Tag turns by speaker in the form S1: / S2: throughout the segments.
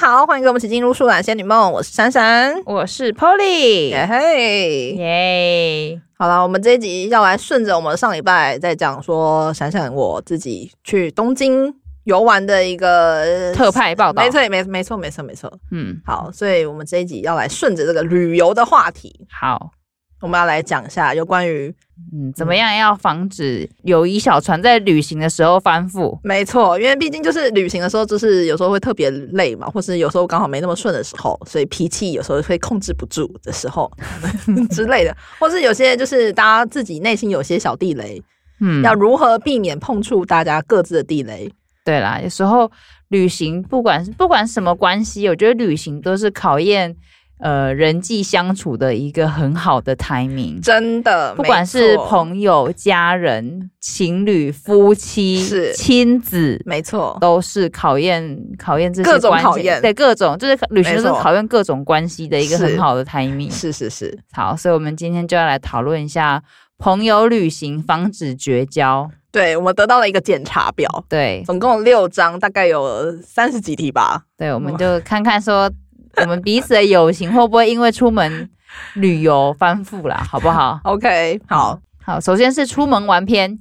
S1: 好，欢迎跟我们一起进入《树懒仙女梦》，我是珊珊。
S2: 我是 Polly，
S1: 耶嘿，
S2: 耶，
S1: 好了，我们这一集要来顺着我们上礼拜在讲说闪闪我自己去东京游玩的一个呃
S2: 特派报道，
S1: 没，错，没没错，没错，没错。
S2: 嗯，
S1: 好，所以我们这一集要来顺着这个旅游的话题，
S2: 好，
S1: 我们要来讲一下有关于
S2: 嗯，怎么样要防止友谊小船在旅行的时候翻覆？
S1: 没错，因为毕竟就是旅行的时候，就是有时候会特别累嘛，或是有时候刚好没那么顺的时候，所以脾气有时候会控制不住的时候 之类的，或是有些就是大家自己内心有些小地雷，
S2: 嗯，
S1: 要如何避免碰触大家各自的地雷？
S2: 对啦，有时候旅行不管是不管什么关系，我觉得旅行都是考验呃人际相处的一个很好的 timing，
S1: 真的，
S2: 不管是
S1: 没错，
S2: 朋友、家人、情侣、夫妻、
S1: 是
S2: 亲子。
S1: 没错，
S2: 都是考验考验这些
S1: 各种
S2: 关系
S1: 考验
S2: 对各种就是旅行
S1: 没
S2: 都是
S1: 错
S2: 考验各种关系的一个
S1: 是
S2: 很好的 timing。
S1: 是是是，
S2: 好，所以我们今天就要来讨论一下朋友旅行防止绝交。
S1: 对我们得到了一个检查表，
S2: 对
S1: 总共有六张，大概有三十几题吧。
S2: 对，我们就看 看说我们彼此的友情会不会因为出门旅游翻覆啦，好不好？
S1: OK，好
S2: 好，首先是出门玩篇。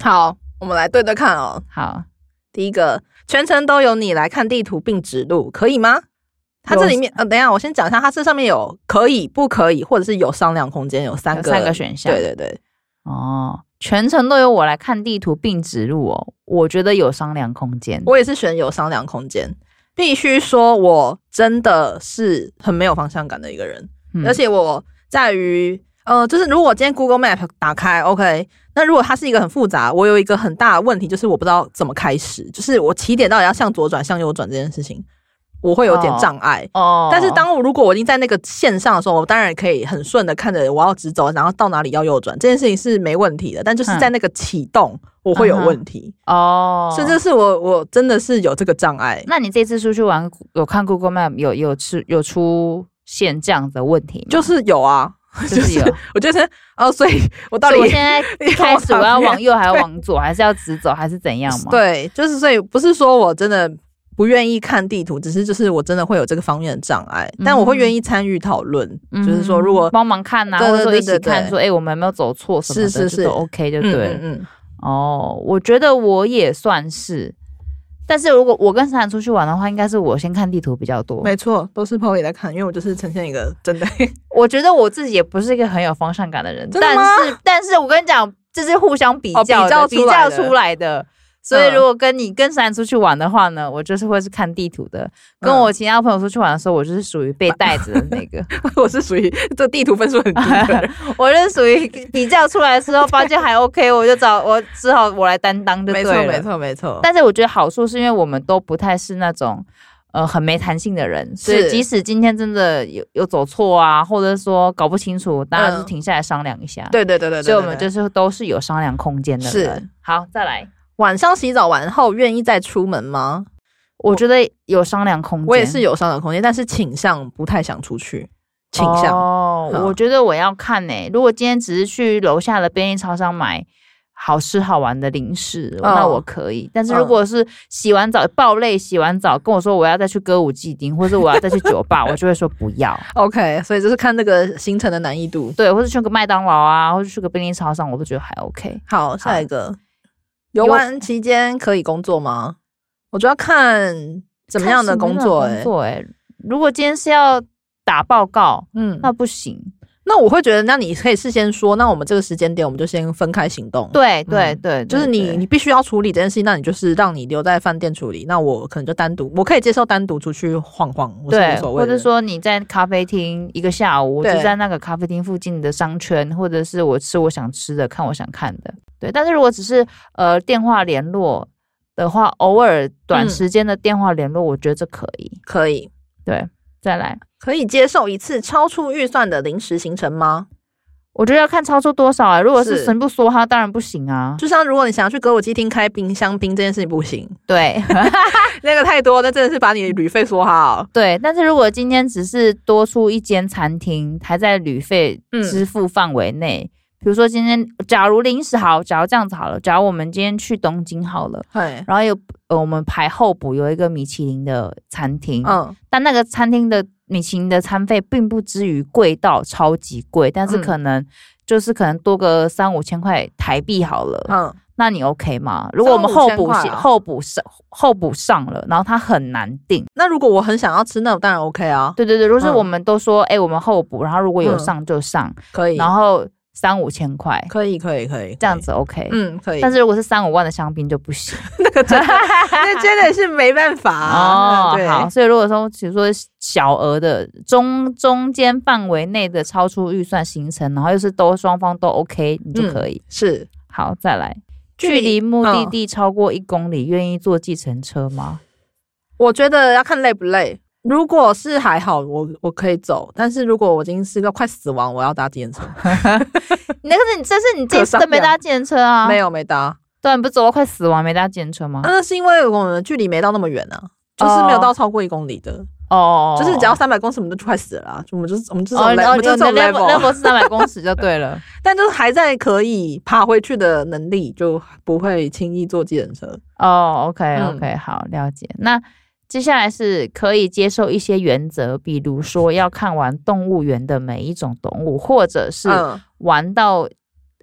S1: 好，我们来对对看哦。
S2: 好，
S1: 第一个，全程都由你来看地图并指路，可以吗？它这里面呃，等一下，我先讲一下，它这上面有可以、不可以，或者是有商量空间，有三
S2: 有
S1: 个
S2: 三个选项
S1: 对对对，
S2: 哦，全程都由我来看地图并指路哦，我觉得有商量空间。
S1: 我也是选有商量空间。必须说，我真的是很没有方向感的一个人，
S2: 嗯
S1: 而且我在于呃，就是如果今天 Google Map 打开，OK，那如果它是一个很复杂，我有一个很大的问题，就是我不知道怎么开始，就是我起点到底要向左转、向右转这件事情，我会有点
S2: 哦
S1: 障碍。
S2: 哦，
S1: 但是当我如果我已经在那个线上的时候，我当然可以很顺的看着我要直走，然后到哪里要右转，这件事情是没问题的。但就是在那个启动，我会有问题，
S2: 嗯哦，
S1: 所以这是我我真的是有这个障碍。
S2: 那你这次出去玩有看 Google Map 有有出有出现这样的问题吗？
S1: 就是有啊，
S2: 就
S1: 就是
S2: 是有。
S1: 我就是哦，所以我 到底
S2: 所以我现在开始我要往右，还要
S1: 对
S2: 往左，还是要直走，还是怎样嘛？，
S1: 对，就是所以不是说我真的不愿意看地图，只是就是我真的会有这个方面的障碍，
S2: 嗯
S1: 但我会愿意参与讨论，就是说如果
S2: 帮忙看呐、
S1: 对
S2: 或者说
S1: 对
S2: 一
S1: 对
S2: 起看
S1: 对
S2: 说，哎、我们有没有走错什么的，
S1: 是是
S2: 就是都 OK 就对了。
S1: 嗯嗯嗯
S2: 哦，我觉得我也算是，但是如果我跟珊珊出去玩的话，应该是我先看地图比较多。
S1: 没错，都是 Polly 在看，因为我就是呈现一个真的。
S2: 我觉得我自己也不是一个很有方向感的人，
S1: 真的
S2: 但
S1: 吗
S2: 是但是我跟你讲，这是互相比
S1: 哦比
S2: 较的、
S1: 较
S2: 比
S1: 出来
S2: 较
S1: 的
S2: 出来的。所以
S1: 嗯
S2: 如果跟你跟珊出去玩的话呢，我就是会是看地图的；跟
S1: 嗯
S2: 我其他朋友出去玩的时候，我就是属于 被带着的那个，
S1: 我是属于这地图分数很低的人，
S2: 我就是属于比较出来的时候发现还 OK，我就找我只好我来担当就对
S1: 没
S2: 了。
S1: 错没。错没错。
S2: 但是我觉得好处是因为我们都不太是那种呃很没弹性的人，所以
S1: 是
S2: 即使今天真的有有走错啊，或者说搞不清楚，大家就
S1: 嗯
S2: 停下来商量一下。
S1: 对对对对对，
S2: 所以我们就是是都是有商量空间的人。
S1: 是
S2: 好，再来，
S1: 晚上洗澡完后愿意再出门吗？
S2: 我觉得有商量空间，
S1: 我也是有商量空间，但是倾向不太想出去，倾向
S2: 哦，
S1: 嗯
S2: 我觉得我要看呢、如果今天只是去楼下的便利超商买。好吃好玩的零食，
S1: 哦
S2: 那我可以。但
S1: 嗯
S2: 是如果是洗完澡爆累，洗完澡跟我说我要再去歌舞伎町，或者我要再去酒 吧，我就会说不要。
S1: OK，所以就是看那个行程的难易度。
S2: 对，或者去个麦当劳啊，或者去个便利超商，我都觉得还 OK。
S1: 好，下一个游玩期间可以工作吗？我就要看怎么样的工作、
S2: 看什么样的
S1: 欸
S2: 工作、欸？如果今天是要打报告，
S1: 嗯，
S2: 那不行。
S1: 那我会觉得，那你可以事先说，那我们这个时间点我们就先分开行动。
S2: 对
S1: 嗯
S2: 对对，
S1: 就是
S2: 对
S1: 你，
S2: 对
S1: 你必须要处理这件事情，那你就是让你留在饭店处理。那我可能就单独，我可以接受单独出去晃晃，我是无
S2: 对，
S1: 所谓
S2: 或
S1: 的。
S2: 者说你在咖啡厅一个下午，我就
S1: 对
S2: 在那个咖啡厅附近的商圈，或者是我吃我想吃的，看我想看的。对，但是如果只是呃电话联络的话，偶尔短
S1: 嗯
S2: 时间的电话联络，我觉得这可以。
S1: 可以，
S2: 对，再来，
S1: 可以接受一次超出预算的临时行程吗？
S2: 我觉得要看超出多少啊、如果是
S1: 是
S2: 全部梭哈，当然不行啊。
S1: 就像如果你想要去歌舞伎町开冰箱冰这件事情不行，
S2: 对
S1: 那个太多，那真的是把你旅费说好、
S2: 对，但是如果今天只是多出一间餐厅，还在旅费
S1: 嗯
S2: 支付范围内，比如说今天，假如临时好，假如这样子好了，假如我们今天去东京好了，
S1: 对，
S2: 然后有呃我们排候补有一个米其林的餐厅，
S1: 嗯，
S2: 但那个餐厅的米其林的餐费并不至于贵到超级贵，但是
S1: 嗯
S2: 可能就是可能多个三五千块台币好了，
S1: 嗯，
S2: 那你 OK 吗？如果我们候补
S1: 3500块啊
S2: 候补上候补上了，然后它很难定。
S1: 那如果我很想要吃，那当然 OK 啊，
S2: 对对对，如果是
S1: 嗯
S2: 我们都说，哎、我们候补，然后如果有
S1: 嗯
S2: 上就上，
S1: 可以，
S2: 然后三五千块
S1: 可以，可以，可以，
S2: 这样子 OK。
S1: 可以，嗯，可以。
S2: 但是如果是三五万的香槟就不行
S1: 那个真的，那真的是没办法 啊
S2: 哦
S1: 对，，
S2: 好，所以如果说比如说小额的中中间范围内的超出预算行程，然后又是都双方都 OK，你就
S1: 嗯
S2: 可以。
S1: 是
S2: 好，再来，
S1: 距
S2: 距
S1: 离
S2: 离目的
S1: 嗯
S2: 地超过一公里，愿意坐计程 车吗？
S1: 我觉得要看累不累。如果是还好，我我可以走；但是如果我已经是个快死亡，我要搭计程车。
S2: 那个是你，这是你这
S1: 可
S2: 次
S1: 商
S2: 都没搭计程车啊？
S1: 没有嗯没搭，
S2: 对啊，你不是走到快死亡没搭计程车吗？
S1: 那是因为我们距离没到那么远啊，就是没有到超过一公里的，
S2: 哦，
S1: 就是只要三百公尺，我们就快死了啊。就我们就是我们就是这
S2: 哦，
S1: 种
S2: 你
S1: level，、我
S2: 的
S1: 们就是这种 level，
S2: level 是三百公尺就 对了。
S1: 但就是还在可以爬回去的能力，就不会轻易坐计程车。
S2: 哦，OK
S1: 嗯
S2: OK，好，了解。那接下来是可以接受一些原则，比如说要看完动物园的每一种动物，或者是
S1: 嗯，
S2: 玩到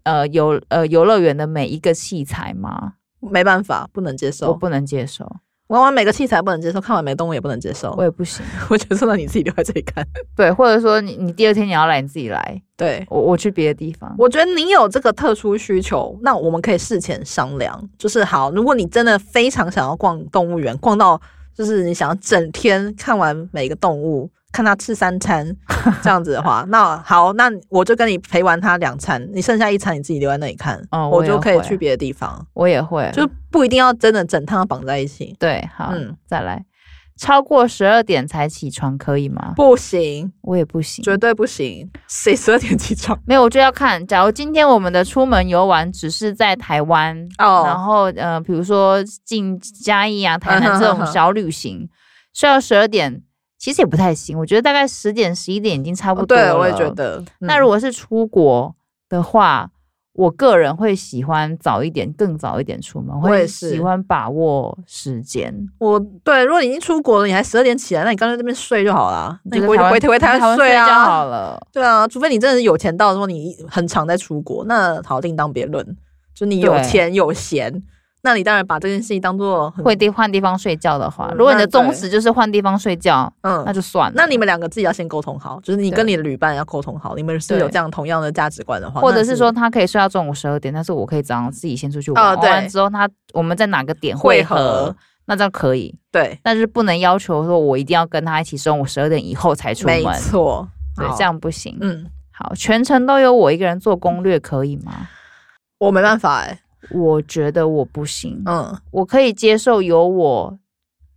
S2: 呃游呃游乐园的每一个器材吗？
S1: 没办法，不能接
S2: 我
S1: 受。
S2: 不能接受，
S1: 玩完每个器材不能接受，看完每个动物也不能接受
S2: 我。也不行。
S1: 我 觉得说到你自己留在这里看。
S2: 对，或者说你你第二天你要来，你自己来，
S1: 对，
S2: 我我去别的地方。
S1: 我觉得你有这个特殊需求，那我们可以事前商量。就是好，如果你真的非常想要逛动物园，逛到就是你想要整天看完每个动物，看它吃三餐这样子的话，那好，那我就跟你陪完它两餐，你剩下一餐你自己留在那里看，
S2: 哦我
S1: 我
S2: 也
S1: 就可以
S2: 会
S1: 去别的地方，
S2: 我也会，啊
S1: 就不一定要真的整趟绑在一起。
S2: 对，好，
S1: 嗯
S2: 再来，超过十二点才起床可以吗？
S1: 不行，
S2: 我也不行，
S1: 绝对不行！谁十二点起床？
S2: 没有，我就要看。假如今天我们的出门游玩只是在台湾，
S1: 哦
S2: 然后呃，比如说进嘉义啊、台
S1: 嗯
S2: 南
S1: 哼
S2: 这种
S1: 哼哼
S2: 小 旅行，睡到十二点其实也不太行。我觉得大概十点、十一点已经差不多了。
S1: 对，我也觉。得。嗯
S2: 那如果是出国的话，我个人会喜欢早一点，更早一点出门，
S1: 我
S2: 会
S1: 也是
S2: 喜欢把握时间。
S1: 我对，如果你已经出国了，你还十二点起来，那你干脆在那边睡就好啦。那你
S2: 就
S1: 回
S2: 是台湾
S1: 回回台湾
S2: 睡
S1: 睡
S2: 觉
S1: 啊，
S2: 好了。
S1: 对啊，除非你真的是有钱到说你很常在出国，那好另当别论。就你有
S2: 对
S1: 钱有闲，那你当然把这件事情当做
S2: 会地换地方睡觉的话，
S1: 嗯
S2: 如果你的
S1: 那对
S2: 宗旨就是换地方睡觉，
S1: 嗯
S2: 那。就算了。
S1: 那你们两个自己要先沟通好，就是你
S2: 啊对
S1: 跟你的旅伴要沟通好，你们是有
S2: 对
S1: 这样同样的价值观的话，
S2: 或者
S1: 那
S2: 是说他可以睡到中午十二点，但是我可以早上自己先出去玩，
S1: 哦对
S2: 玩完之后他我们在哪个点
S1: 会
S2: 合
S1: 合，
S2: 那这样可以，
S1: 对，
S2: 但是不能要求说我一定要跟他一起中午十二点以后才出门
S1: 没，错，
S2: 对，
S1: 好
S2: 这样不行。
S1: 嗯，
S2: 好，全程都由我一个人做攻略可以吗？
S1: 我没办法哎、
S2: 我觉得我不行，
S1: 嗯
S2: 我可以接受有我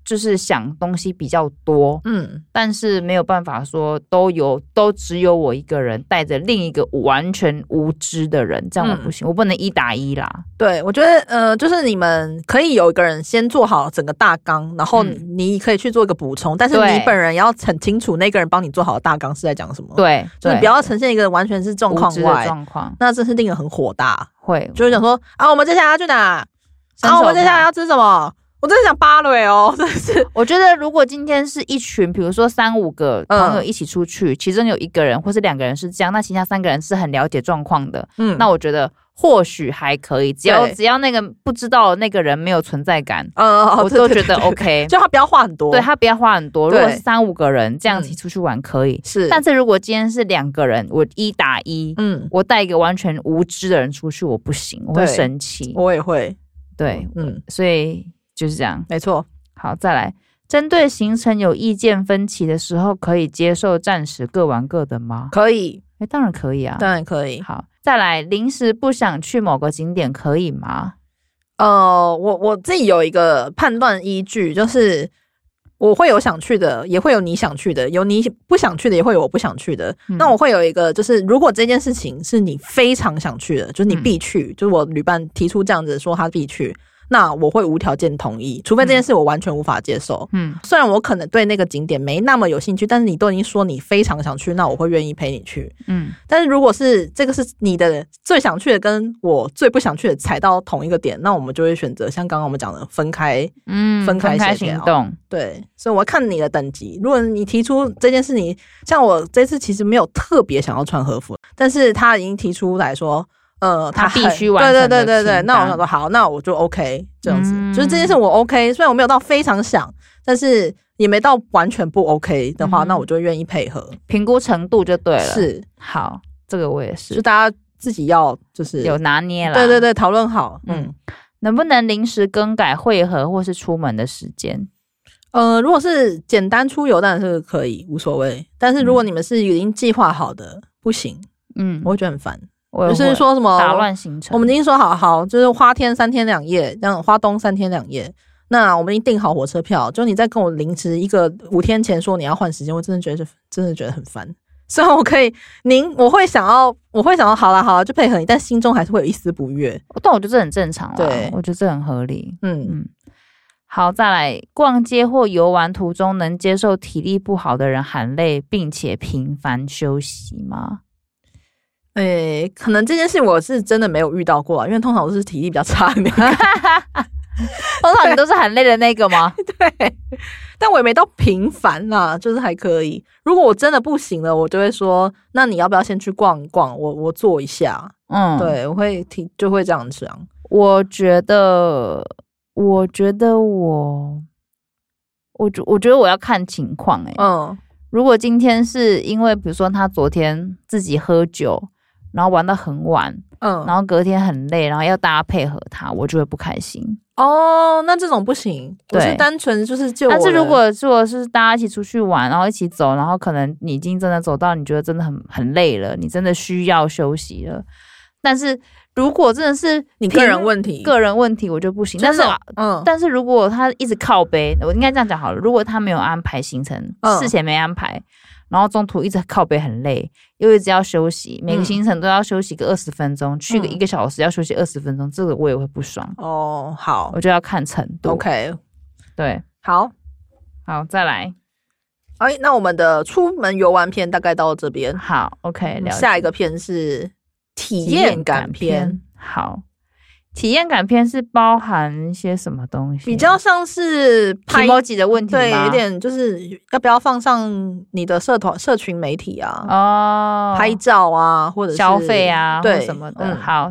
S2: 就是想东西比较多，
S1: 嗯，
S2: 但是没有办法说都有都只有我一个人带着另一个完全无知的人，这样
S1: 嗯
S2: 我不行，我不能一打一啦。
S1: 对，我觉得呃，就是你们可以有一个人先做好整个大纲，然后
S2: 嗯
S1: 你可以去做一个补充，但是
S2: 对
S1: 你本人也要很清楚那个人帮你做好的大纲是在讲什么，，
S2: 对，
S1: 哦就是
S2: 对
S1: 不要呈现一个完全是状
S2: 无
S1: 况
S2: 知的
S1: 外，
S2: 状况，
S1: 那真是令人很火大，
S2: 会
S1: 就是想说啊，我们接下来要去哪？
S2: 伸手
S1: 啊，我们接下来
S2: 牌
S1: 要吃什么？我真的想芭蕾哦，真的 是，
S2: 我觉得如果今天是一群，比如说三五个
S1: 嗯
S2: 朋友一起出去，其中有一个人或是两个人是这样，那其他三个人是很了解状况的，
S1: 嗯
S2: 那我觉得或许还可以，只要
S1: 对
S2: 只要那个不知道的那个人没有存在感，
S1: 呃，
S2: 我
S1: 对
S2: 都
S1: 对
S2: 觉得
S1: 对
S2: OK。
S1: 就他不要话很多，
S2: 对他不要花很多，如
S1: 对
S2: 果是三五个人这样子
S1: 嗯
S2: 出去玩可以，
S1: 是，
S2: 但是如果今天是两个人，我一打一，
S1: 嗯，
S2: 我带一个完全无知的人出去，我不行，我会
S1: 对
S2: 生气。
S1: 我也会，
S2: 对，
S1: 嗯，
S2: 所以就是这样。
S1: 没错，
S2: 好，再来，针对行程有意见分歧的时候，可以接受暂时各玩各的吗？
S1: 可以，
S2: 哎，当然可以啊。
S1: 当然可以，
S2: 好，再来，临时不想去某个景点可以吗？
S1: 呃，我我自己有一个判断依据，就是我会有想去的，也会有你想去的，有你不想去的，也会有我不想去的。
S2: 嗯
S1: 那我会有一个，就是如果这件事情是你非常想去的，就是你必去，就是我旅伴提出这样子说他必去，那我会无条件同意，除非这件事我完全无法接受。
S2: 嗯，
S1: 虽然我可能对那个景点没那么有兴趣，但是你都已经说你非常想去，那我会愿意陪你去。
S2: 嗯，
S1: 但是如果是这个是你的最想去的，跟我最不想去的踩到同一个点，那我们就会选择像刚刚我们讲的分开。
S2: 嗯，
S1: 分开协
S2: 行
S1: 调
S2: 动，
S1: 对，所以我要看你的等级。如果你提出这件事你，像我这次其实没有特别想要穿和服，但是他已经提出来说，呃，
S2: 他
S1: 很
S2: 必须完成
S1: 对对
S2: 的
S1: 对对对。
S2: 清
S1: 那我
S2: 单
S1: 想说，好，那我就 OK 这样子，
S2: 嗯
S1: 就是这件事我 OK，虽然我没有到非常想，但是也没到完全不 OK 的话，
S2: 嗯
S1: 那我就愿意配合。
S2: 评估程度就对了。，
S1: 是，
S2: 好，这个我也是
S1: 就，大家自己要就是
S2: 有拿捏了。
S1: 对对，对，讨论好。
S2: 嗯
S1: 嗯，
S2: 能不能临时更改会合或是出门的时间？
S1: 呃，如果是简单出游，当然是可以，无所谓。但是如果你们是已经计划好的，不行，
S2: 嗯，
S1: 我会觉得很烦。
S2: 我也
S1: 就
S2: 会
S1: 是说什么
S2: 打，乱行程。
S1: 我们已经说好好，就是花天三天两夜，这样花东三天两夜。那我们已经订好火车票，就你再跟我临时一个五天前说你要换时间，我真的觉得是真的觉得很烦。 虽然我可以，您我会想要，我会想要，好啦好啦，就配合你，但心中还是会有一丝不悦。
S2: 但我觉得这很正常啦，
S1: 对
S2: 我觉得这很合理。
S1: 嗯，
S2: 嗯，好，再来，逛街或游玩途中能接受体力不好的人喊累，并且频繁休息吗？
S1: 诶、哎可能这件事我是真的没有遇到过啊，因为通常我是体力比较差的那个，
S2: 通常你都是喊累的那个吗？
S1: 对，但我也没到频繁啦，就是还可以。如果我真的不行了，我就会说，那你要不要先去逛一逛？我我坐一下，
S2: 嗯，，
S1: 对我会提就会这样讲。
S2: 我觉得，我觉得我，我觉我觉得我要看情况哎、
S1: 嗯
S2: 如果今天是因为，比如说他昨天自己喝酒，然后玩到很晚，
S1: 嗯，
S2: 然后隔天很累，然后要大家配合他，我就会不开心。
S1: 哦，那这种不行，我是
S2: 对
S1: 单纯就是就我的。
S2: 但是如果如果是大家一起出去玩，然后一起走，然后可能你已经真的走到你觉得真的很很累了，你真的需要休息了。但是如果真的是
S1: 你
S2: 凭
S1: 个人问题，
S2: 个人问题，我就不行。
S1: 就
S2: 但是
S1: 那种嗯
S2: 但是如果他一直靠背，我应该这样讲好了。如果他没有安排行程，
S1: 嗯
S2: 事前没安排，然后中途一直靠背很累，又一直要休息，每个
S1: 嗯
S2: 行程都要休息个二十分钟，去个
S1: 嗯
S2: 一个小时要休息二十分钟，这个我也会不爽。
S1: 哦，好
S2: 我就要看程度。
S1: ，OK，
S2: 对，
S1: 好。
S2: 好，再来，
S1: 哎，那我们的出门游玩篇大概到这边，
S2: 好，OK，了解。
S1: 嗯下一个片是体验感篇。，
S2: 好，体验感片是包含一些什么东西？
S1: 比较像是
S2: 提
S1: 拍
S2: 摩吉的问题吗
S1: 对，有点就是要不要放上你的社团、社群媒体啊，
S2: 哦，
S1: 拍照啊，或者是
S2: 消费啊，或
S1: 对
S2: 什么的。
S1: 嗯
S2: 好，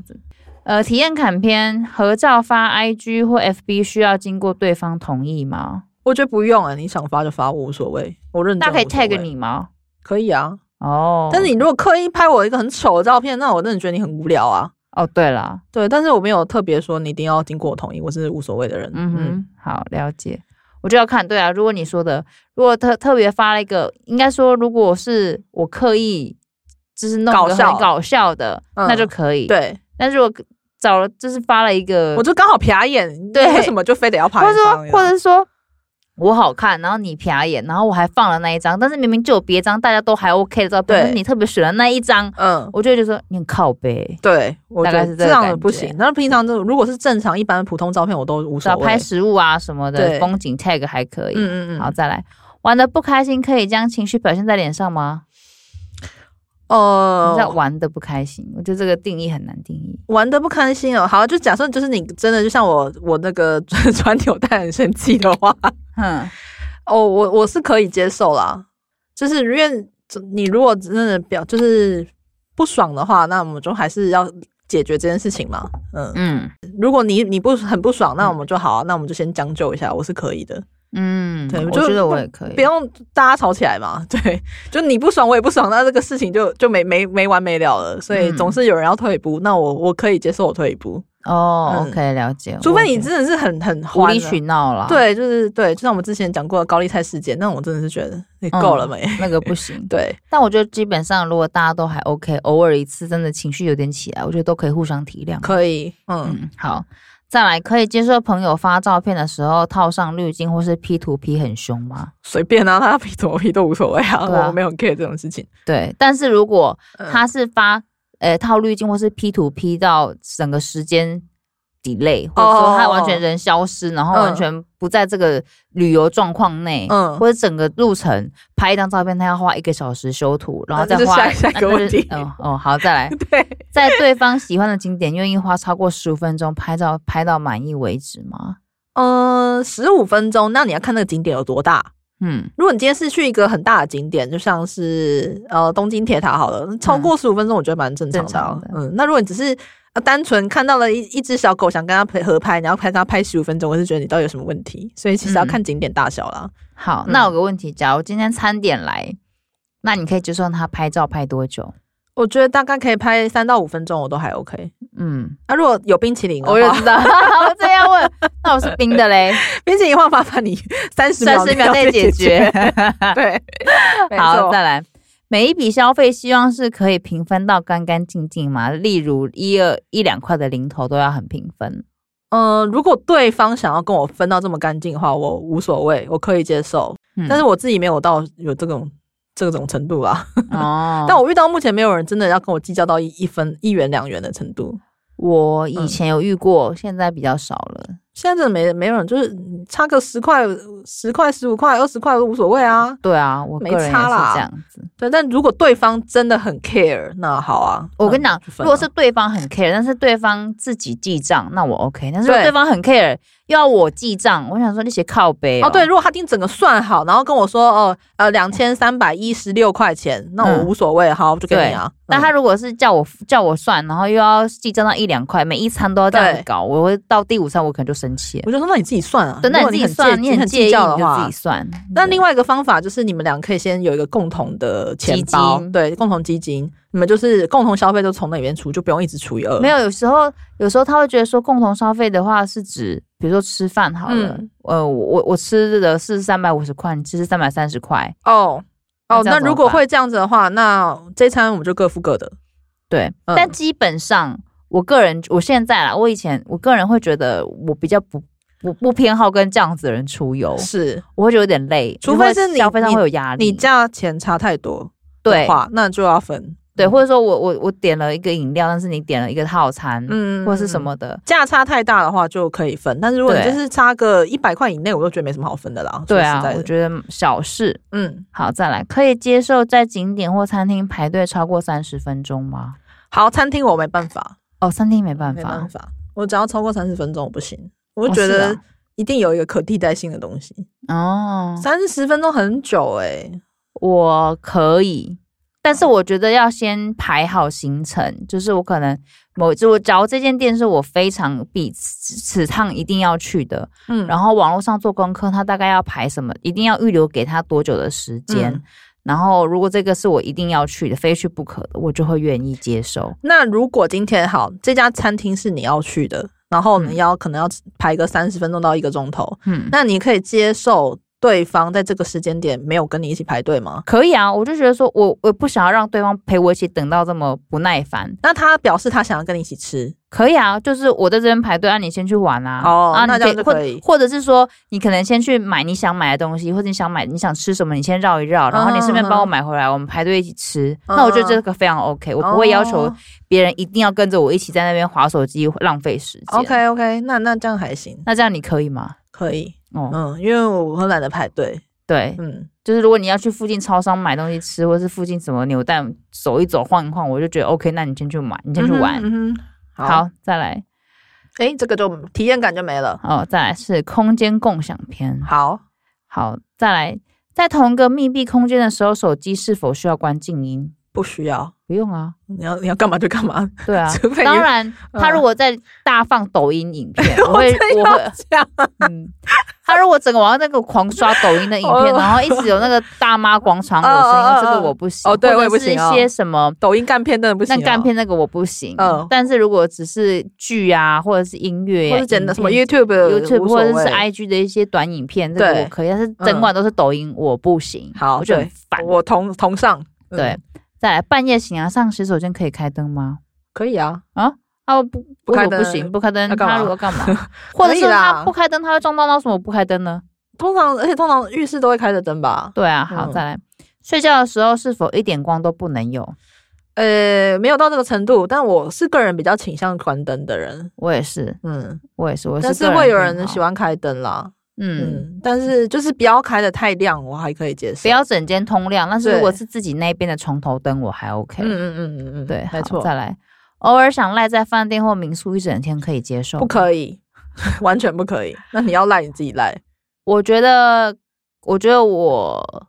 S2: 呃，体验感片合照发 IG 或 FB 需要经过对方同意吗？
S1: 我觉得不用啊、你想发就发，我无所谓，我认真。
S2: 那可以
S1: 无所谓
S2: tag，你吗？
S1: 可以啊。
S2: 哦，
S1: 但是你如果刻意拍我一个很丑的照片，那我真的觉得你很无聊啊。
S2: 哦，对了，
S1: 对，但是我没有特别说你一定要经过我同意，我是无所谓的人。
S2: 嗯哼，好，了解。我就要看，对啊，如果你说的，如果特特别发了一个，应该说，如果是我刻意就是弄
S1: 搞
S2: 个很
S1: 笑
S2: 搞笑的，
S1: 嗯
S2: 那就可以。，
S1: 对，
S2: 但如果找了就是发了一个，
S1: 我就刚好瞟眼，
S2: 呃对
S1: 为什么就非得要拍
S2: 或者
S1: 一
S2: 说
S1: 张？
S2: 或者是说我好看，然后你瞟眼，然后我还放了那一张，但是明明就有别张大家都还 OK 的照片，
S1: 对
S2: 但是你特别选了那一张，
S1: 嗯，
S2: 我就会觉得说你很靠背。
S1: 对，我
S2: 大
S1: 觉
S2: 概
S1: 得
S2: 是这
S1: 这
S2: 个
S1: 样
S2: 感
S1: 的不
S2: 觉
S1: 行。但是平常这种如果是正常一般普通照片，我都无
S2: 是啊
S1: 所谓。
S2: 拍啊食物啊什么的，
S1: 对
S2: 风景 tag 还可以。
S1: 嗯嗯嗯，
S2: 好，再来，玩的不开心可以将情绪表现在脸上吗？你知道
S1: 呃，
S2: 玩的不开心，我觉得这个定义很难定义。
S1: 玩的不开心哦。好，就假设就是你真的就像我我那个 穿纽带很生气的话，
S2: 哼，
S1: 哦，我我是可以接受啦。就是因为你如果真的表就是不爽的话，那我们就还是要解决这件事情嘛。嗯，
S2: 嗯
S1: 如果你你不很不爽，那我们就好啊、那我们就先将就一下，我是可以的，
S2: 嗯，
S1: 对
S2: 我
S1: 就
S2: 觉得我也可以。
S1: 不用大家吵起来嘛。 对，就你不爽我也不爽，那这个事情就就没没没完没了了。所以
S2: 嗯
S1: 总是有人要退一步，那我我可以接受我退一步。
S2: 哦、
S1: 嗯
S2: o k 了解。
S1: 除非
S2: 我
S1: 你
S2: 觉得
S1: 真的是很很
S2: 无
S1: 欢
S2: 理
S1: 了
S2: 取闹啦，，
S1: 对，就是对，就像我们之前讲过的高丽菜事件，那我真的是觉得你
S2: 嗯
S1: 够了没？
S2: 那个不 行。
S1: 对，
S2: 但我觉得基本上，如果大家都还 OK，偶尔一次真的情绪有点起来，我觉得都可以互相体谅。
S1: 可以，嗯，
S2: 嗯，好，再来，可以接受朋友发照片的时候套上滤镜或是 P 图 P 很凶吗？
S1: 随便啊， 他 P 怎么 P 都无所谓啊，
S2: 对啊
S1: 我没有 care 这种事情。
S2: 对，但是如果
S1: 嗯
S2: 他是发呃套滤镜或是 P 图 P 到整个时间 delay，或者说他完全人消失，然后完
S1: 嗯
S2: 全不在这个旅游状况内，
S1: 嗯
S2: 或者整个路程拍一张照片，他要花一个小时修图，然后再
S1: 那就
S2: 花
S1: 下下一个
S2: 那就
S1: 问题
S2: 哦哦，好，再 来，
S1: 对，
S2: 在对方喜欢的景点，愿意花超过十五分钟拍照拍到满意为止吗？
S1: 呃，十五分钟，那你要看那个景点有多大。
S2: 嗯，
S1: 如果你今天是去一个很大的景点，就像是呃东京铁塔好了，超过十五分钟我觉得蛮嗯正常的啊、
S2: 正
S1: 嗯，那如果你只是呃单纯看到了一一只小狗想跟它拍合拍，然后拍它拍十五分钟，我是觉得你到底有什么问题？所以其实要
S2: 嗯
S1: 看景点大小啦。
S2: 好，
S1: 嗯
S2: 那有个问题，假如今天餐点来，那你可以接受他拍照拍多久？
S1: 我觉得大概可以拍三到五分钟，我都还 OK。
S2: 嗯，
S1: 那、如果有冰淇淋的
S2: 我也
S1: 话，
S2: 知道， 我这样问，那我是冰的 嘞，
S1: 冰淇淋的话麻烦 你三十
S2: 三
S1: 秒
S2: 十秒内
S1: 内
S2: 解
S1: 解
S2: 决。。
S1: 对，没
S2: 好，
S1: 错
S2: 再来。每一笔消费希望是可以平分到干干净净嘛？例如一二一两块的零头都要很平分。
S1: 嗯，如果对方想要跟我分到这么干净的话，我无所谓，我可以接受。
S2: 嗯
S1: 但是我自己没有到有这种这种程度啦。
S2: 哦，
S1: 但我遇到目前没有人真的要跟我计较到一一分一元两元的程度。
S2: 我以前有遇过，现在比较少了。
S1: 现在真的没没有人，就是嗯差个十块、十块、十五块、二十块都无所谓啊。
S2: 对啊，我个
S1: 没
S2: 人也是
S1: 差啦
S2: 这样子。
S1: 对，但如果对方真的很 care，那好啊。
S2: 我跟你
S1: 那
S2: 讲
S1: 就，分
S2: 如
S1: 啊
S2: 果是对方很 care，但是对方自己记账，那我 OK。但是如果
S1: 对
S2: 对方很 care，又要我记账，我想说你写靠背
S1: 哦，对，，如果他已经整个算好，然后跟我说，哦，呃，两千三百一十六块钱，那我
S2: 嗯
S1: 无所谓，好，我就给你啊。
S2: 但
S1: 嗯
S2: 他如果是叫我叫我算，然后又要记账到一两块，每一餐都要这样
S1: 对
S2: 搞，我会到第五餐我可能就生气了。
S1: 我就说，那你自己算啊。
S2: 等到
S1: 如果
S2: 你自
S1: 你
S2: 己算，你
S1: 很
S2: 很
S1: 很
S2: 介
S1: 计
S2: 意，
S1: 较的
S2: 你就自
S1: 话
S2: 己。算。
S1: 那另
S2: 外
S1: 外一个方法就是，你们俩可以先有一个共同的钱
S2: 基
S1: 包，
S2: 金
S1: 对，共同基金，你们就是共同消费，就从那里面出，就不用一直除以二。
S2: 没有，有时候有时候他会觉得说共同消费的话是指，比如说吃饭好了，
S1: 嗯
S2: 呃，我我我吃的是三百五十块，你吃是三百三十块，
S1: 哦
S2: 那
S1: 哦，
S2: 这
S1: 那
S2: 样怎么
S1: 如果
S2: 办
S1: 会这样子的话，那这餐我们就各付各的。
S2: 对，
S1: 嗯
S2: 但基本上，我个人我现在啦，我以前我个人会觉得我比较不不不偏好跟这样子的人出游，
S1: 是
S2: 我会觉得有点累，
S1: 除非是
S2: 因为
S1: 你
S2: 消费上会有压
S1: 哦
S2: 力，
S1: 你价钱差太多的
S2: 对
S1: 话，那就要分。
S2: 对，或者说我我我点了一个饮料，但是你点了一个套餐，
S1: 嗯
S2: 或者是什么的，
S1: 价差太大的话就可以分，但是如果你
S2: 对
S1: 就是差个一百块以内，我就觉得没什么好分的啦。
S2: 对
S1: 说
S2: 啊
S1: 实在，的
S2: 我觉得小事。
S1: 嗯，
S2: 好，再来，可以接受在景点或餐厅排队超过三十分钟吗？
S1: 好，餐厅我没办法，
S2: 哦，餐厅没办
S1: 没
S2: 法哦
S1: 办，法，我只要超过三十分钟我不行，我
S2: 我
S1: 就觉得一定有一个可替代性的东西。
S2: 啊哦，
S1: 三十分钟很久哎、欸，
S2: 我可以，但是我觉得要先排好行程，就是我可能某就我假如这间店是我非常必此此趟一定要去的，
S1: 嗯
S2: 然后网络上做功课，它大概要排什么，一定要预留给他多久的时间。
S1: 嗯
S2: 然后，如果这个是我一定要去的，非去不可的，我就会愿意接受。
S1: 那如果今天好，这家餐厅是你要去的，然后你要、可能要排个三十分钟到一个钟头，
S2: 嗯，
S1: 那你可以接受对方在这个时间点没有跟你一起排队吗？
S2: 可以啊，我就觉得说我我不想要让对方陪我一起等到这么不耐烦。
S1: 那他表示他想要跟你一起吃，
S2: 可以啊，就是我在这边排队，啊，你先去玩啊。
S1: 哦
S2: 啊，
S1: 那
S2: 你
S1: 这样就
S2: 或
S1: 可以
S2: 或者是说，你可能先去买你想买的东西，或者你想买你想吃什么，你先绕一绕，然
S1: 嗯
S2: 后你顺便帮我买回来，我们排队一起吃。那我觉得这个非常 OK，我不会要求
S1: 哦
S2: 别人一定要跟着我一起在那边划手机，浪费时间。
S1: OK OK，那那这样还行，
S2: 那这样你可以吗？
S1: 可以，
S2: 哦，
S1: 嗯，因为我很懒得排队，
S2: 对，
S1: 嗯，
S2: 就是如果你要去附近超商买东西吃，或是附近什么扭蛋走一走晃一晃，我就觉得 OK，那你先去买，你先去玩。
S1: 嗯哼，嗯哼好，
S2: 好，再来
S1: 哎、这个就体验感就没了，
S2: 哦，再来是空间共享篇。
S1: 好，
S2: 好，再来，在同一个密闭空间的时候，手机是否需要关静音？
S1: 不需要，
S2: 不用啊，
S1: 你要你要干嘛就干嘛，。
S2: 对啊
S1: 除非你
S2: 当然，他如果在大放抖音影 片，我会，
S1: 真
S2: 我
S1: 要
S2: 会，
S1: 这样，啊
S2: 嗯，他如果整个晚上在给我狂刷抖音的影片，
S1: 哦
S2: 然后一直有那个大妈广场舞的
S1: 哦哦
S2: 声
S1: 哦
S2: 音，这个我不行。
S1: 哦对我也
S2: 或
S1: 不
S2: 者
S1: 行
S2: 是一
S1: 哦
S2: 些什么。
S1: 抖音干片真的不行、
S2: 那
S1: 哦，
S2: 干。片那个我不行
S1: 嗯，
S2: 但是如果只是剧啊，或者是音乐啊，
S1: 或是剪的
S2: 影
S1: 什么
S2: 片
S1: YouTube、
S2: YouTube 或者是
S1: I，
S2: IG 的一些短影片，这个
S1: 对嗯
S2: 我可以，但是整晚都是抖音，我不行，
S1: 好
S2: 我就很烦。
S1: 我同同上，嗯
S2: 对，，再来半夜醒啊，上洗手间可以开灯吗？
S1: 可以啊，
S2: 啊，我不，
S1: 不
S2: 为
S1: 开
S2: 什么
S1: 灯
S2: 不行，不开灯，
S1: 要干
S2: 他
S1: 嘛
S2: 如果干嘛？ 或者
S1: 可以
S2: 是他
S1: 啦
S2: 不开灯，他会撞到，那为什么不开灯呢？
S1: 通常而且通常浴室都会开着灯吧，
S2: 对啊，好，
S1: 嗯
S2: 再来，睡觉的时候是否一点光都不能有？
S1: 呃，没有到这个程度，但我是个人比较倾向关灯的人，
S2: 我也是，
S1: 嗯，
S2: 我也是，我
S1: 但是
S2: 个
S1: 会有
S2: 偏
S1: 人
S2: 好
S1: 喜，欢开灯啦，
S2: 嗯，
S1: 嗯，但是就是不要开的太亮，我还可以接受，
S2: 不要整间通亮，但是
S1: 对
S2: 如果是自己那边的床头灯，我还 OK。
S1: 嗯，嗯嗯嗯嗯，
S2: 对，
S1: 没
S2: 好
S1: 错，
S2: 再来，偶尔想赖在饭店或民宿一整天可以接受，
S1: 不？可以， 完全不可以。那你要赖你自己赖，
S2: 我觉得，我觉得我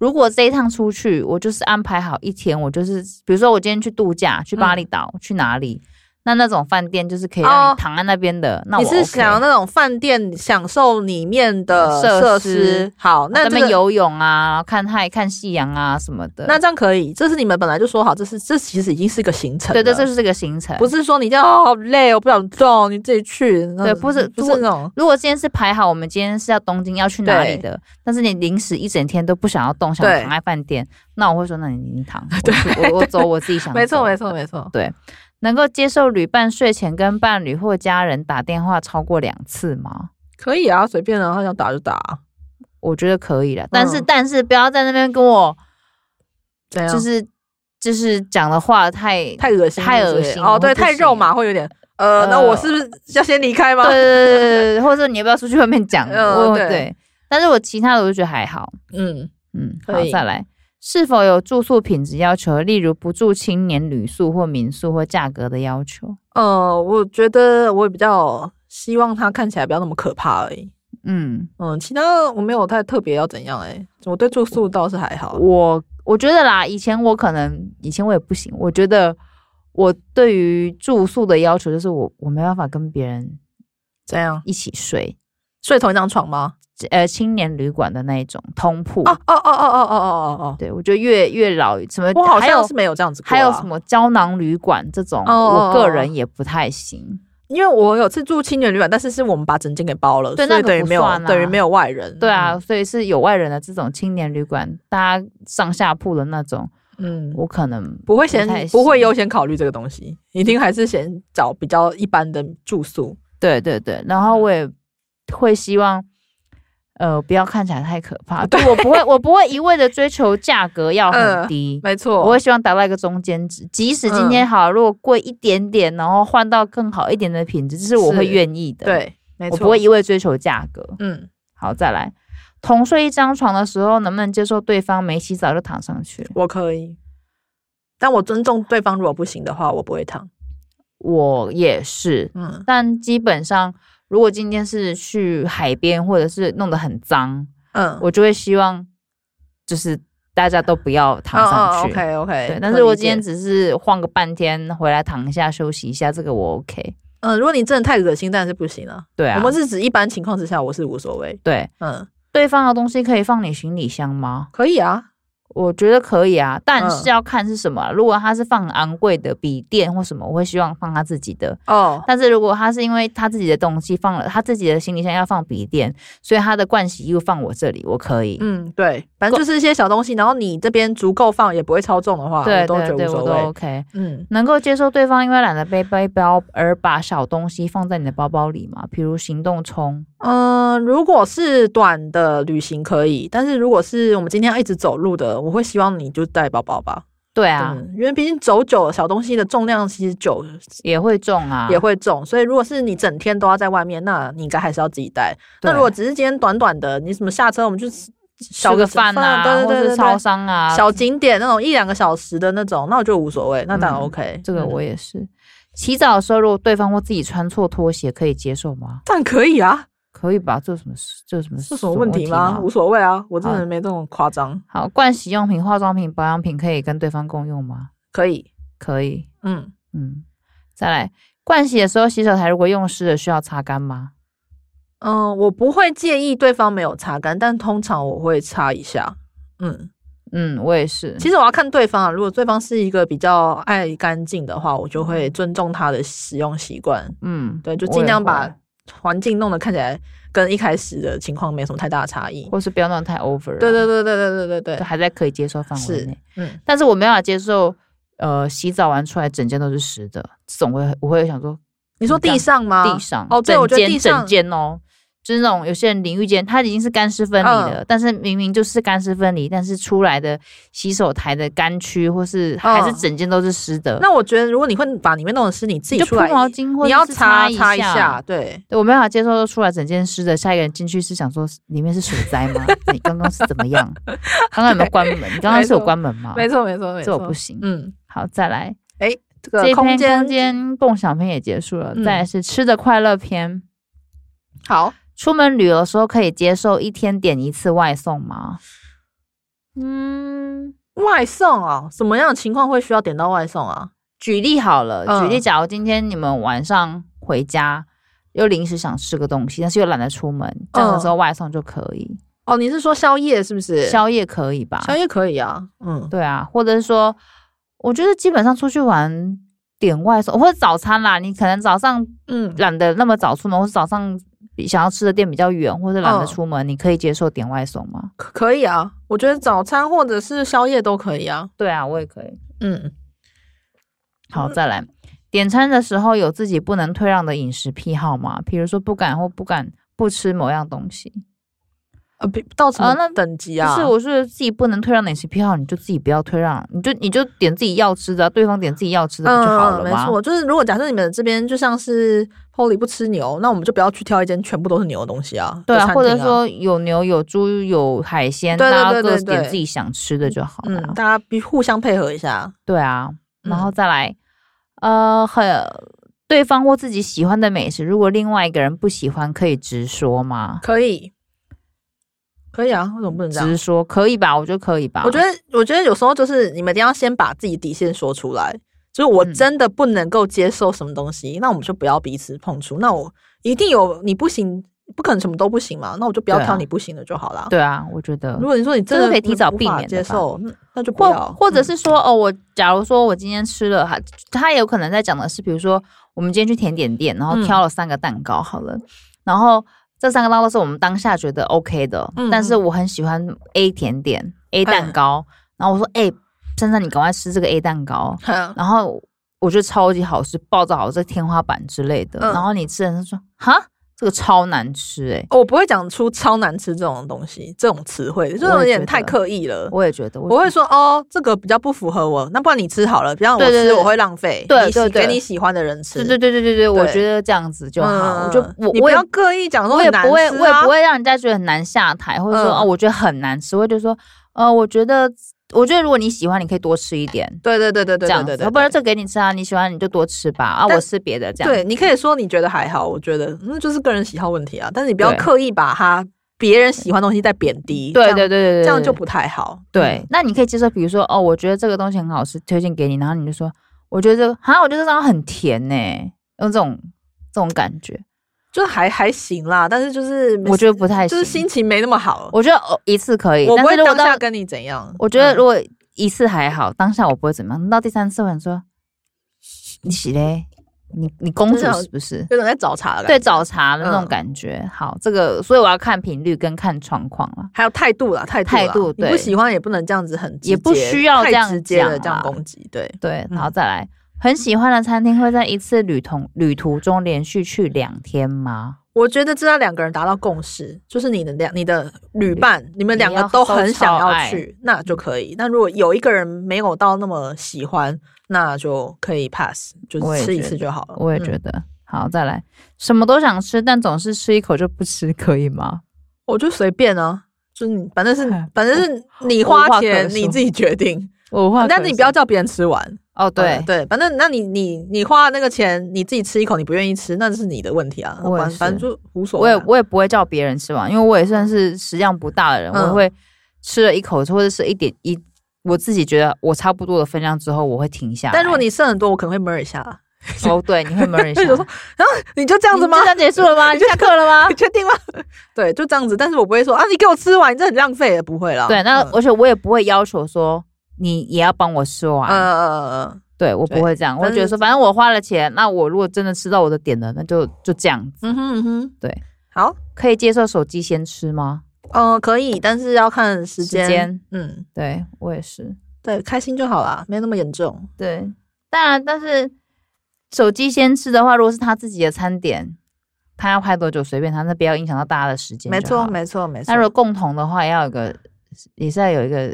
S2: 如果这一趟出去，我就是安排好一天，我就是比如说我今天去度假，去巴厘岛，去哪里？那那种饭店就是可以让
S1: 嗯哦
S2: 你躺在那边的，那我、
S1: 你
S2: OK、嗯
S1: 是想要那种饭店享受里面的
S2: 设
S1: 设
S2: 施哦
S1: 施？好，那
S2: 那
S1: 这
S2: 边
S1: 个
S2: 游泳啊，看海、看夕阳啊什么的。
S1: 那这样可以，这是你们本来就说好，这是这其实已经是个行程了，
S2: 对对，这就是这个行程。
S1: 不是说你这样哦好累，我不想动，你自己去。
S2: 对不是
S1: 不是那种，
S2: 如果今天是排好，我们今天是要东京要去哪里的，但是你临时一整天都不想要动，想
S1: 对
S2: 躺在饭店，那我会说，那你你 躺，我去我我走我自己想。
S1: 没错没。错没错。
S2: 能够接受旅伴睡前跟伴侣或家人打电话超过两次吗？
S1: 可以啊，随便啊，他想打就打啊，
S2: 我觉得可以了，但
S1: 嗯
S2: 是、但是不要在那边跟我
S1: 这样
S2: 就是就是讲的话太
S1: 太恶心了，
S2: 太
S1: 是不
S2: 恶
S1: 是
S2: 心
S1: 哦，
S2: 我
S1: 对，
S2: 不
S1: 太
S2: 行啊
S1: 肉麻会有点。呃，那
S2: 呃
S1: 我是不是要先离开吗
S2: 对？对对对 对，或者说你要不要出去外面讲？
S1: 嗯
S2: 我
S1: 对
S2: 对，但是我其他的我就觉得还好。
S1: 嗯，
S2: 嗯，
S1: 可
S2: 好，
S1: 以
S2: 再来。是否有住宿品质要求，例如不住青年旅宿或民宿或价格的要求？
S1: 呃，我觉得我比较希望他看起来不要那么可怕而已。
S2: 嗯，
S1: 嗯，其他的我没有太特别要怎样哎、我对住宿倒是还好。
S2: 我我觉得啦，以前我可能以前我也不行，我觉得我对于住宿的要求就是我我没办法跟别人
S1: 怎样？
S2: 一起睡，
S1: 睡同一张床吗？
S2: 呃，青年旅馆的那一种通铺。
S1: 哦哦哦哦哦哦哦哦
S2: 对，我觉得越越老什么
S1: 哦，，我好
S2: 还
S1: 像
S2: 有
S1: 是没有这样子过、啊
S2: 还有什？么胶囊旅馆这种，
S1: 哦哦
S2: 我个
S1: 哦
S2: 人也不太行。
S1: 因为我有次住青年旅馆，但是是我们把整间给包了，
S2: 对
S1: 所
S2: 那
S1: 以
S2: 个
S1: 等于
S2: 不
S1: 没有、
S2: 算啊
S1: 等于没有外人。
S2: 对啊，所以是有外人的这种青年旅馆，大家上下铺的那种，
S1: 嗯，嗯，
S2: 我可能
S1: 不会
S2: 不太
S1: 先
S2: 行
S1: 不会优先考虑这个东西，一定还是先找比较一般的住宿。
S2: 对对对，然后我也会希望，呃，不要看起来太可 怕，对我不会，我不会一味的追求价格要很
S1: 嗯
S2: 低。
S1: 没
S2: 我
S1: 错
S2: 会，希望达到一个中间值，即使今天好，如果贵一点点，然后换到更好一点的品质，这是我会
S1: 是
S2: 愿意的。，
S1: 对，没
S2: 我
S1: 错，
S2: 不会一味追求价格。
S1: 嗯，
S2: 好，再来，同睡一张床的时候，能不能接受对方没洗澡就躺上去？
S1: 我可以，但我尊重对方，如果不行的话，我不会躺。
S2: 我也是，
S1: 嗯，
S2: 但基本上，如果今天是去海边或者是弄得很脏，
S1: 嗯，
S2: 我就会希望就是大家都不要躺上去。
S1: 哦 OK OK，
S2: 对，但是我今天只是晃个半天，回来躺一下休息一下，这个我 OK。
S1: 嗯，如果你真的太恶心，当然是不行了。
S2: 对啊，
S1: 我们是指一般情况之下，我是无所谓。
S2: 对
S1: 嗯，
S2: 对方的东西可以放你行李箱吗？
S1: 可以啊。
S2: 我觉得可以啊，但是
S1: 嗯
S2: 要看是什么啊。如果他是放很昂贵的笔电或什么，我会希望放他自己的。
S1: 哦，
S2: 但是如果他是因为他自己的东西放了，他自己的行李箱要放笔电，所以他的盥洗衣物放我这里，我可以。
S1: 嗯，对，反正就是一些小东西，然后你这边足够放，也不会超重的话，
S2: 对
S1: 我都
S2: 对
S1: 觉
S2: 对，
S1: 得无
S2: 我
S1: 所
S2: 都
S1: 谓。
S2: OK，
S1: 嗯，
S2: 能够接受对方因为懒得背背包而把小东西放在你的包包里吗？比如行动充，
S1: 嗯，如果是短的旅行可以，但是如果是我们今天要一直走路的，我会希望你就带包包吧。
S2: 对啊，
S1: 嗯，因为毕竟走久了，小东西的重量其实久
S2: 也会重啊，
S1: 也会重，所以如果是你整天都要在外面，那你应该还是要自己带。
S2: 对
S1: 那如果只是今天短短的，你什么下车我们去吃
S2: 吃
S1: 小
S2: 个饭啊，
S1: 对对
S2: 或
S1: 对对
S2: 是超
S1: 对，
S2: 商啊，
S1: 小景点那种一两个小时的那种，那我就无所谓，那当然
S2: 嗯
S1: OK、
S2: 这个
S1: 嗯
S2: 我也是。洗澡的时候，如果对方或自己穿错拖鞋，可以接受吗？
S1: 但可以啊，
S2: 可以吧？这有什么事？这有什么
S1: 是什么问题吗？无所谓啊，我这人没这种夸张，
S2: 好，盥洗用品、化妆品、保养品可以跟对方共用吗？
S1: 可以，
S2: 可以，
S1: 嗯，
S2: 嗯，再来，盥洗的时候洗手台如果用湿了，需要擦干吗？
S1: 嗯，我不会介意对方没有擦干，但通常我会擦一下。嗯，
S2: 嗯，我也是。
S1: 其实我要看对方啊，如果对方是一个比较爱干净的话，我就会尊重他的使用习惯。
S2: 嗯，
S1: 对，就
S2: 我
S1: 尽
S2: 也
S1: 量
S2: 会
S1: 把环境弄得看起来跟一开始的情况没什么太大的差异。
S2: 或是不要弄得太 over 啊。
S1: 对对对对对对对
S2: 就
S1: 对，
S2: 还在可以接受范围
S1: 是
S2: 内。
S1: 嗯，
S2: 但是我没办法接受，呃，洗澡完出来整间都是湿的，这种我会我会想说
S1: 你说
S2: 这样
S1: 地上吗？
S2: 地上
S1: 哦，对，
S2: 整
S1: 我觉得
S2: 间
S1: 地
S2: 整
S1: 上
S2: 间哦，就是那种有些人淋浴间，它已经是干湿分离了，
S1: 嗯
S2: 但是明明就是干湿分离，但是出来的洗手台的干区或是还是
S1: 嗯
S2: 整间都是湿的，
S1: 那我觉得，如果你会把里面弄的湿，你自
S2: 你
S1: 己
S2: 就
S1: 出
S2: 铺
S1: 来，
S2: 毛巾或者
S1: 你要
S2: 是
S1: 擦
S2: 一
S1: 一下，对，
S2: 对我没办法接受，说出来整件湿的，下一个人进去是想说里面是水灾 吗？你刚刚是怎么样？刚刚有没有关门？你刚刚是有关门吗？
S1: 错，没错，没
S2: 啊这我不行。
S1: 嗯，
S2: 好，再来
S1: 这
S2: 这
S1: 个
S2: 一篇
S1: 间，
S2: 空间共享篇也结束了，
S1: 嗯
S2: 再来是吃的快乐篇。
S1: 好，
S2: 出门旅游的时候可以接受一天点一次外送吗？嗯，
S1: 外送啊，什么样的情况会需要点到外送啊？
S2: 举例好了，
S1: 嗯
S2: 举例，假如今天你们晚上回家又临时想吃个东西，但是又懒得出门，这样的时候外送就可以，
S1: 哦，你是说宵夜是不是？
S2: 嗯宵夜可以吧？
S1: 宵夜可以啊，嗯，
S2: 对啊，或者是说，我觉得基本上出去玩点外送或者早餐啦，你可能早上
S1: 嗯，
S2: 懒得那么早出门，或是早上比想要吃的店比较远，或者懒得
S1: 嗯
S2: 出门，你可以接受点外送吗？
S1: 可可以啊，我觉得早餐或者是宵夜都可以啊，
S2: 对啊，我也可以。
S1: 嗯，
S2: 好，再来。点餐的时候有自己不能退让的饮食癖好吗？比如说不敢或不敢不吃某样东西。
S1: 呃，比到什
S2: 啊那
S1: 么等级啊？
S2: 不是，我是自己不能退让的饮食癖好，你就自己不要退让，啊你就你就点自己要吃的啊、对方点自己要吃的不就好了
S1: 嗯没
S2: 吗？
S1: 错，就是如果假设你们这边就像是 Polly 不吃牛，那我们就不要去挑一间全部都是牛的东西啊。
S2: 对
S1: 的
S2: 啊，
S1: 餐
S2: 或者
S1: 厅
S2: 说有牛有猪有海鲜，
S1: 对对
S2: 大家
S1: 对
S2: 各
S1: 对
S2: 点
S1: 对
S2: 自己想吃的就好了
S1: 嗯
S2: 啊。，
S1: 大家必互相配合一下。
S2: 对啊，然后
S1: 嗯
S2: 再来，呃，很对方或自己喜欢的美食，如果另外一个人不喜欢，可以直说吗？
S1: 可以，可以啊，为什么不能这
S2: 直
S1: 样？
S2: 说可以吧？我觉得可以吧。
S1: 我觉得，我觉得有时候就是你们一定要先把自己底线说出来。就是我
S2: 嗯
S1: 真的不能够接受什么东西，那我们就不要彼此碰触。那我一定有你不行，不可能什么都不行嘛。那我就不要
S2: 对啊
S1: 挑你不行的就好啦。
S2: 对啊，我觉得
S1: 如果你说你真的
S2: 这是可以提早
S1: 无
S2: 避
S1: 法
S2: 免的
S1: 接
S2: 吧
S1: 受，那那就不
S2: 或
S1: 要。
S2: 或者
S1: 嗯
S2: 是说，哦，我假如说我今天吃了，他他有可能在讲的是，比如说我们今天去甜点店，然后
S1: 嗯
S2: 挑了三个蛋糕，好了，然后这三个蛋糕是我们当下觉得 OK 的，
S1: 嗯哎
S2: 但是我很喜欢 A 甜点 A 蛋糕，然后我说，哎、珊珊你赶快吃这个 A 蛋糕，
S1: 哼
S2: 然后我觉得超级好吃，爆炸好吃，天花板之类的，
S1: 嗯
S2: 然后你吃人说，哈，这个超难吃、哎，
S1: 我不会讲出超难吃这种东西，这种词汇，这种有点太刻意了。
S2: 我也觉得，
S1: 我会说哦，这个比较不符合我，那不然你吃好了，不然我
S2: 对对
S1: 吃
S2: 对
S1: 我会浪费。你
S2: 对
S1: 喜
S2: 对对
S1: 给你喜欢的人吃。
S2: 对对对对对对，我
S1: 对
S2: 觉得这样子就好，
S1: 嗯
S2: 我就我
S1: 你
S2: 我
S1: 不
S2: 也
S1: 要刻意讲说
S2: 我也
S1: 很难吃
S2: 不会，
S1: 啊
S2: 我也不会让人家觉得很难下台，或者说、
S1: 嗯
S2: 哦，我觉得很难吃，或者说呃，我觉得，我觉得如果你喜欢，你可以多吃一点，
S1: 对对对对
S2: 这
S1: 对
S2: 样
S1: 对
S2: 子，
S1: 对
S2: 要不然
S1: 对。
S2: 这给你吃啊，你喜欢你就多吃吧，啊，
S1: 但
S2: 我吃别的这样，
S1: 对，你可以说你觉得还好，我觉得那就是个人喜好问题啊。但是你不要
S2: 对
S1: 刻意把它别人喜欢的东西再贬低，
S2: 对
S1: 这
S2: 对对对
S1: 样
S2: 对，对
S1: 这样就不太好。嗯
S2: 对。那你可以接受，比如说哦，我觉得这个东西很好吃，推荐给你，然后你就说，我觉得这个，啊，我觉得这张很甜呢、用这种这种感觉，
S1: 就还还行啦，但是就是
S2: 我觉得不太行，
S1: 就是心情没那么好。
S2: 我觉得哦一次可以，
S1: 我
S2: 但
S1: 不
S2: 是
S1: 会
S2: 如果
S1: 当
S2: 到
S1: 下跟你怎样。
S2: 我觉得
S1: 嗯
S2: 如果一次还好，当下我不会怎么样。到第三次，我想说，你洗嘞，你你公主是不是？
S1: 有种在找茬了。
S2: 对，找茬的那种
S1: 嗯
S2: 感觉。好，这个所以我要看频率跟看状况了。
S1: 还有态度啦，态度啦
S2: 态度
S1: 你
S2: 对
S1: 不喜欢也不能这样子很直接
S2: 也不需要
S1: 太
S2: 这样
S1: 直接的
S2: 讲
S1: 这样
S2: 啦
S1: 攻击，对，
S2: 对，
S1: 嗯
S2: 然后再来，很喜欢的餐厅会在一次旅途旅途中连续去两天吗？
S1: 我觉得这要两个人达到共识，就是你的两你的旅伴，你们两
S2: 你
S1: 个
S2: 要
S1: 都很想
S2: 都超
S1: 要
S2: 爱
S1: 去，那就可以。那如果有一个人没有到那么喜欢，那就可以 pass，就
S2: 我也
S1: 是吃一
S2: 觉
S1: 次就好了。
S2: 我也
S1: 嗯
S2: 觉得。好，再来，什么都想吃，但总是吃一口就不吃，可以吗？
S1: 我就随便啊，就是你反正 是反正是你
S2: 我无话
S1: 花
S2: 可
S1: 钱你
S2: 说
S1: 自己决定，
S2: 我话
S1: 但是哦你不要叫别人吃完。
S2: 哦，对
S1: 嗯，对，反正那你你你花那个钱，你自己吃一口，你不愿意吃，那是你的问题啊。
S2: 我也
S1: 反
S2: 是
S1: 反正就无所
S2: 我
S1: 谓啊、
S2: 也我也不会叫别人吃完，因为我也算是食量不大的人，
S1: 嗯
S2: 我会吃了一口或者是一点一，我自己觉得我差不多的分量之后，我会停下来。
S1: 但如果你剩很多，我可能会闷一下啊。
S2: 哦对，你会闷一下，
S1: 就说你就这样子吗
S2: 你？这样结束了吗？你
S1: 就
S2: 下课了 吗
S1: 你？确定吗？ 对，就这样子。但是我不会说啊，你给我吃完，你这很浪费，不会啦。
S2: 对，那
S1: 嗯
S2: 而且我也不会要求说你也要帮我吃
S1: 呃
S2: 完，
S1: 呃呃，
S2: 对我不会这样，我
S1: 但
S2: 会
S1: 是
S2: 觉得说反正我花了钱，那我如果真的吃到我的点了，那就就这样子。
S1: 嗯哼嗯哼，
S2: 对，
S1: 好，
S2: 可以接受手机先吃吗？
S1: 嗯、可以，但是要看时间。
S2: 时间
S1: 嗯，
S2: 对我也是，
S1: 对，开心就好啦，没那么严重。
S2: 对，当然，但是手机先吃的话，如果是他自己的餐点，他要拍多久随便他，那不要影响到大家的时间就
S1: 没错
S2: 好了。
S1: 没错没错
S2: 那。如果共同的话，要有个也是要有一个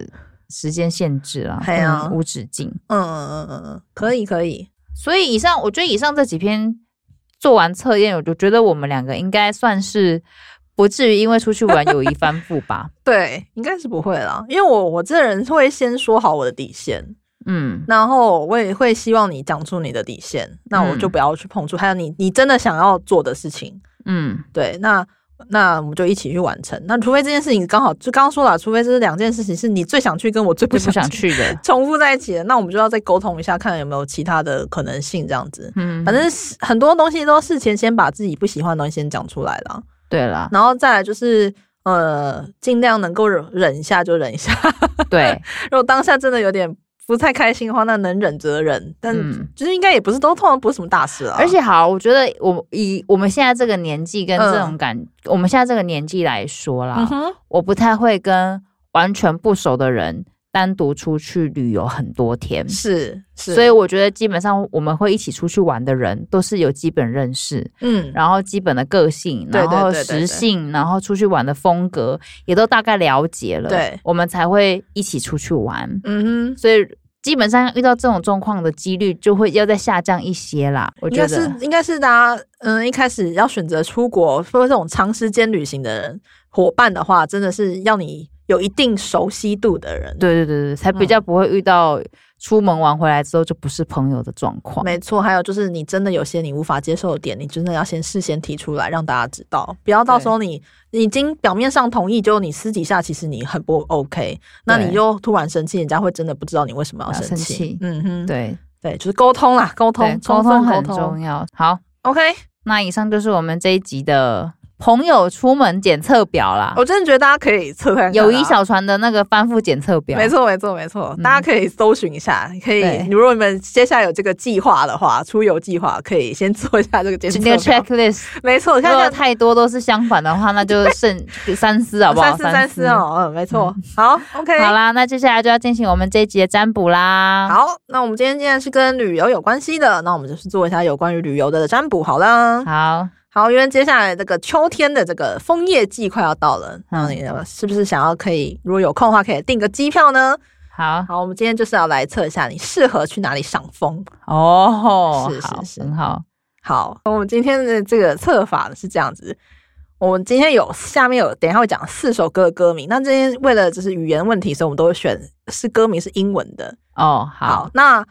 S2: 时间限制啦，不
S1: 嘿啊
S2: 能无止境。
S1: 嗯嗯嗯嗯嗯，可以可以，
S2: 所以以上，我觉得以上这几篇做完测验，我就觉得我们两个应该算是不至于因为出去 玩友谊翻覆吧。
S1: 对，应该是不会啦，因为我我这人是会先说好我的底线，
S2: 嗯，
S1: 然后我也会希望你讲出你的底线，那我就
S2: 嗯
S1: 不要去碰触，还有你你真的想要做的事情，
S2: 嗯，
S1: 对，那那我们就一起去完成。那除非这件事情刚好就刚刚说了，除非这是两件事情是你最想去跟我最不
S2: 就不
S1: 想
S2: 想
S1: 去
S2: 去的。
S1: 重复在一起的，那我们就要再沟通一下，看有没有其他的可能性这样子。
S2: 嗯，
S1: 反正是很多东西都事前先把自己不喜欢的东西先讲出来了，
S2: 对啦，
S1: 然后再来就是呃，尽量能够忍忍一下就忍一下。
S2: 对，
S1: 如果当下真的有点不太开心的话，那能忍则忍，但
S2: 嗯
S1: 就是应该也不是都通常不是什么大事啊。
S2: 而且好，我觉得我以我们现在这个年纪跟这种感，我们现在这个年纪来说啦，
S1: 嗯哼，
S2: 我不太会跟完全不熟的人单独出去旅游很多天。
S1: 是是，
S2: 所以我觉得基本上我们会一起出去玩的人都是有基本认识，
S1: 嗯，
S2: 然后基本的个性，
S1: 对
S2: 然
S1: 对
S2: 后
S1: 对对对
S2: 时性，然后出去玩的风格也都大概了解了，
S1: 对，
S2: 我们才会一起出去玩。
S1: 嗯哼。
S2: 所以基本上遇到这种状况的几率就会要再下降一些啦。我
S1: 应
S2: 觉
S1: 该是
S2: 得，
S1: 应该是大家嗯一开始要选择出国或者这种长时间旅行的人伙伴的话，真的是要你有一定熟悉度的人。，
S2: 对对对对，才比
S1: 嗯
S2: 较不会遇到出门玩回来之后就不是朋友的状况。
S1: 没错。还有就是你真的有些你无法接受的点，你真的要先事先提出来让大家知道，不要到时候你你已经表面上同意，就你私底下其实你很不 OK，那你就突然生气，人家会真的不知道你为什么要
S2: 要
S1: 生
S2: 生气
S1: 嗯哼，
S2: 对
S1: 对，就是沟通啦，沟
S2: 对
S1: 通，，
S2: 沟
S1: 充分
S2: 通很
S1: 沟
S2: 重要。好，
S1: OK，
S2: 那以上就是我们这一集的朋友出门检测表啦，
S1: 我真的觉得大家可以测看看啊
S2: 友谊小船的那个翻覆检测表。
S1: 没错，没错，没错，
S2: 嗯
S1: 大家可以搜寻一下，可以
S2: 对。
S1: 如果你们接下来有这个计划的话，出游计划可以先做一下这个检测
S2: 就
S1: 表。
S2: 那个 checklist，
S1: 没错，
S2: 如
S1: 看
S2: 果
S1: 看
S2: 太多都是相反的话，那就剩三思好不好？
S1: 三四三四。哦，嗯，没错。好，OK，
S2: 好啦，那接下来就要进行我们这一集的占卜啦。，
S1: 好，那我们今天既然是跟旅游有关系的，那我们就是做一下有关于旅游的占卜好了。
S2: 好，
S1: 好，因为接下来这个秋天的这个枫叶季快要到
S2: 嗯
S1: 了，那你是不是想要可以，如果有空的话，可以订个机票呢？
S2: 好，
S1: 好，我们今天就是要来测一下你适合去哪里赏枫。
S2: 哦，
S1: 是
S2: 好
S1: 是是
S2: 很好，
S1: 好，我们今天的这个测法是这样子。我们今天有下面有，等一下会讲四首歌的歌名。那今天为了就是语言问题，所以我们都会选是歌名是英文的。
S2: 哦，好，
S1: 那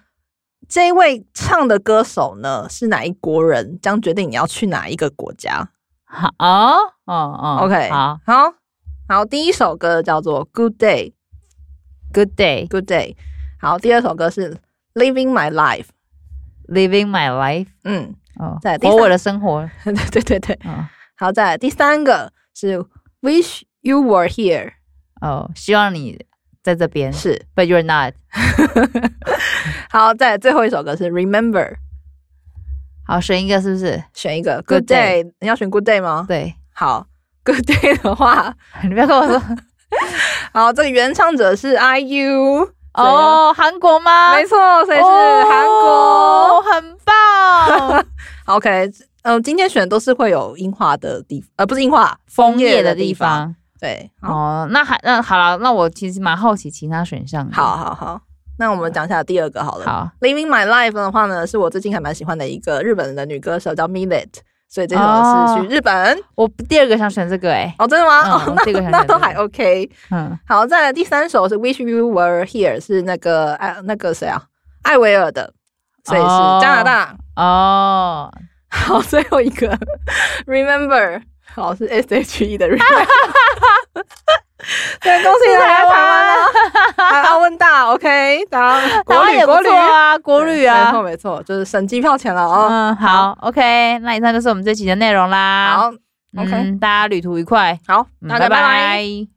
S1: 这一位唱的歌手呢是哪一国人，将决定你要去哪一个国家。
S2: 好，哦，哦，哦
S1: OK
S2: 好
S1: 好，好，第一首歌叫做《Good Day》
S2: ，Good day,
S1: ，Good Day。好，第二首歌是《Living My Life》。
S2: living my life，
S1: 嗯，
S2: 哦
S1: 再来，第
S2: 活
S1: 三
S2: 我的生活，
S1: 对对对对。
S2: 嗯，
S1: 好，再来第三个是《Wish You Were Here》。
S2: 哦，希望你在这边
S1: 是，
S2: ，But you're not。
S1: 好，再来最后一首歌是 Remember，
S2: 好，选一个是不是？
S1: 选一个
S2: Good
S1: Good Day，你要选 Good Day 吗？
S2: 对，
S1: 好，Good Day 的话，
S2: 你不要跟我 说
S1: 好，这个原唱者是 IU，
S2: 哦，韩国吗？
S1: 啊没错，所以是韩国。
S2: 哦很棒。
S1: OK，嗯、今天选的都是会有樱花的地，呃，不是樱花，
S2: 枫叶的
S1: 的
S2: 地
S1: 方。
S2: 方
S1: 对，好，
S2: 哦，那还那好了，那我其实蛮好奇其他选项的。
S1: 好，好，好。那我们讲一下第二个好了。
S2: 好
S1: Living My Life 的话呢，是我最近还蛮喜欢的一个日本的女歌手叫 Millet，所以这首是去日本。
S2: 我第二个想选这个哎，
S1: 哦，真的吗？
S2: 哦
S1: 哦，
S2: 嗯
S1: 那
S2: 这个想
S1: 那
S2: 选
S1: 都
S2: 这个
S1: 还 OK。
S2: 嗯，
S1: 好，再来第三首是《Wish You Were Here》，是那个艾、那个谁啊，艾薇儿的，所以是
S2: 哦
S1: 加拿大。
S2: 哦，
S1: 好，最后一个 Remember，好是 S H E 的 Remember。对，恭喜大家台 湾啊，还有澳问大 OK，大家
S2: 台
S1: 国
S2: 湾
S1: 旅
S2: 也不
S1: 国旅
S2: 错啊，国
S1: 对
S2: 旅
S1: 没
S2: 啊
S1: 错。没错，就是省机票钱了哦。
S2: 嗯，好，OK，那以上就是我们这期的内容啦。
S1: 好，OK
S2: 嗯，大家旅途愉快，
S1: 好，
S2: 嗯
S1: 大家拜拜。
S2: 拜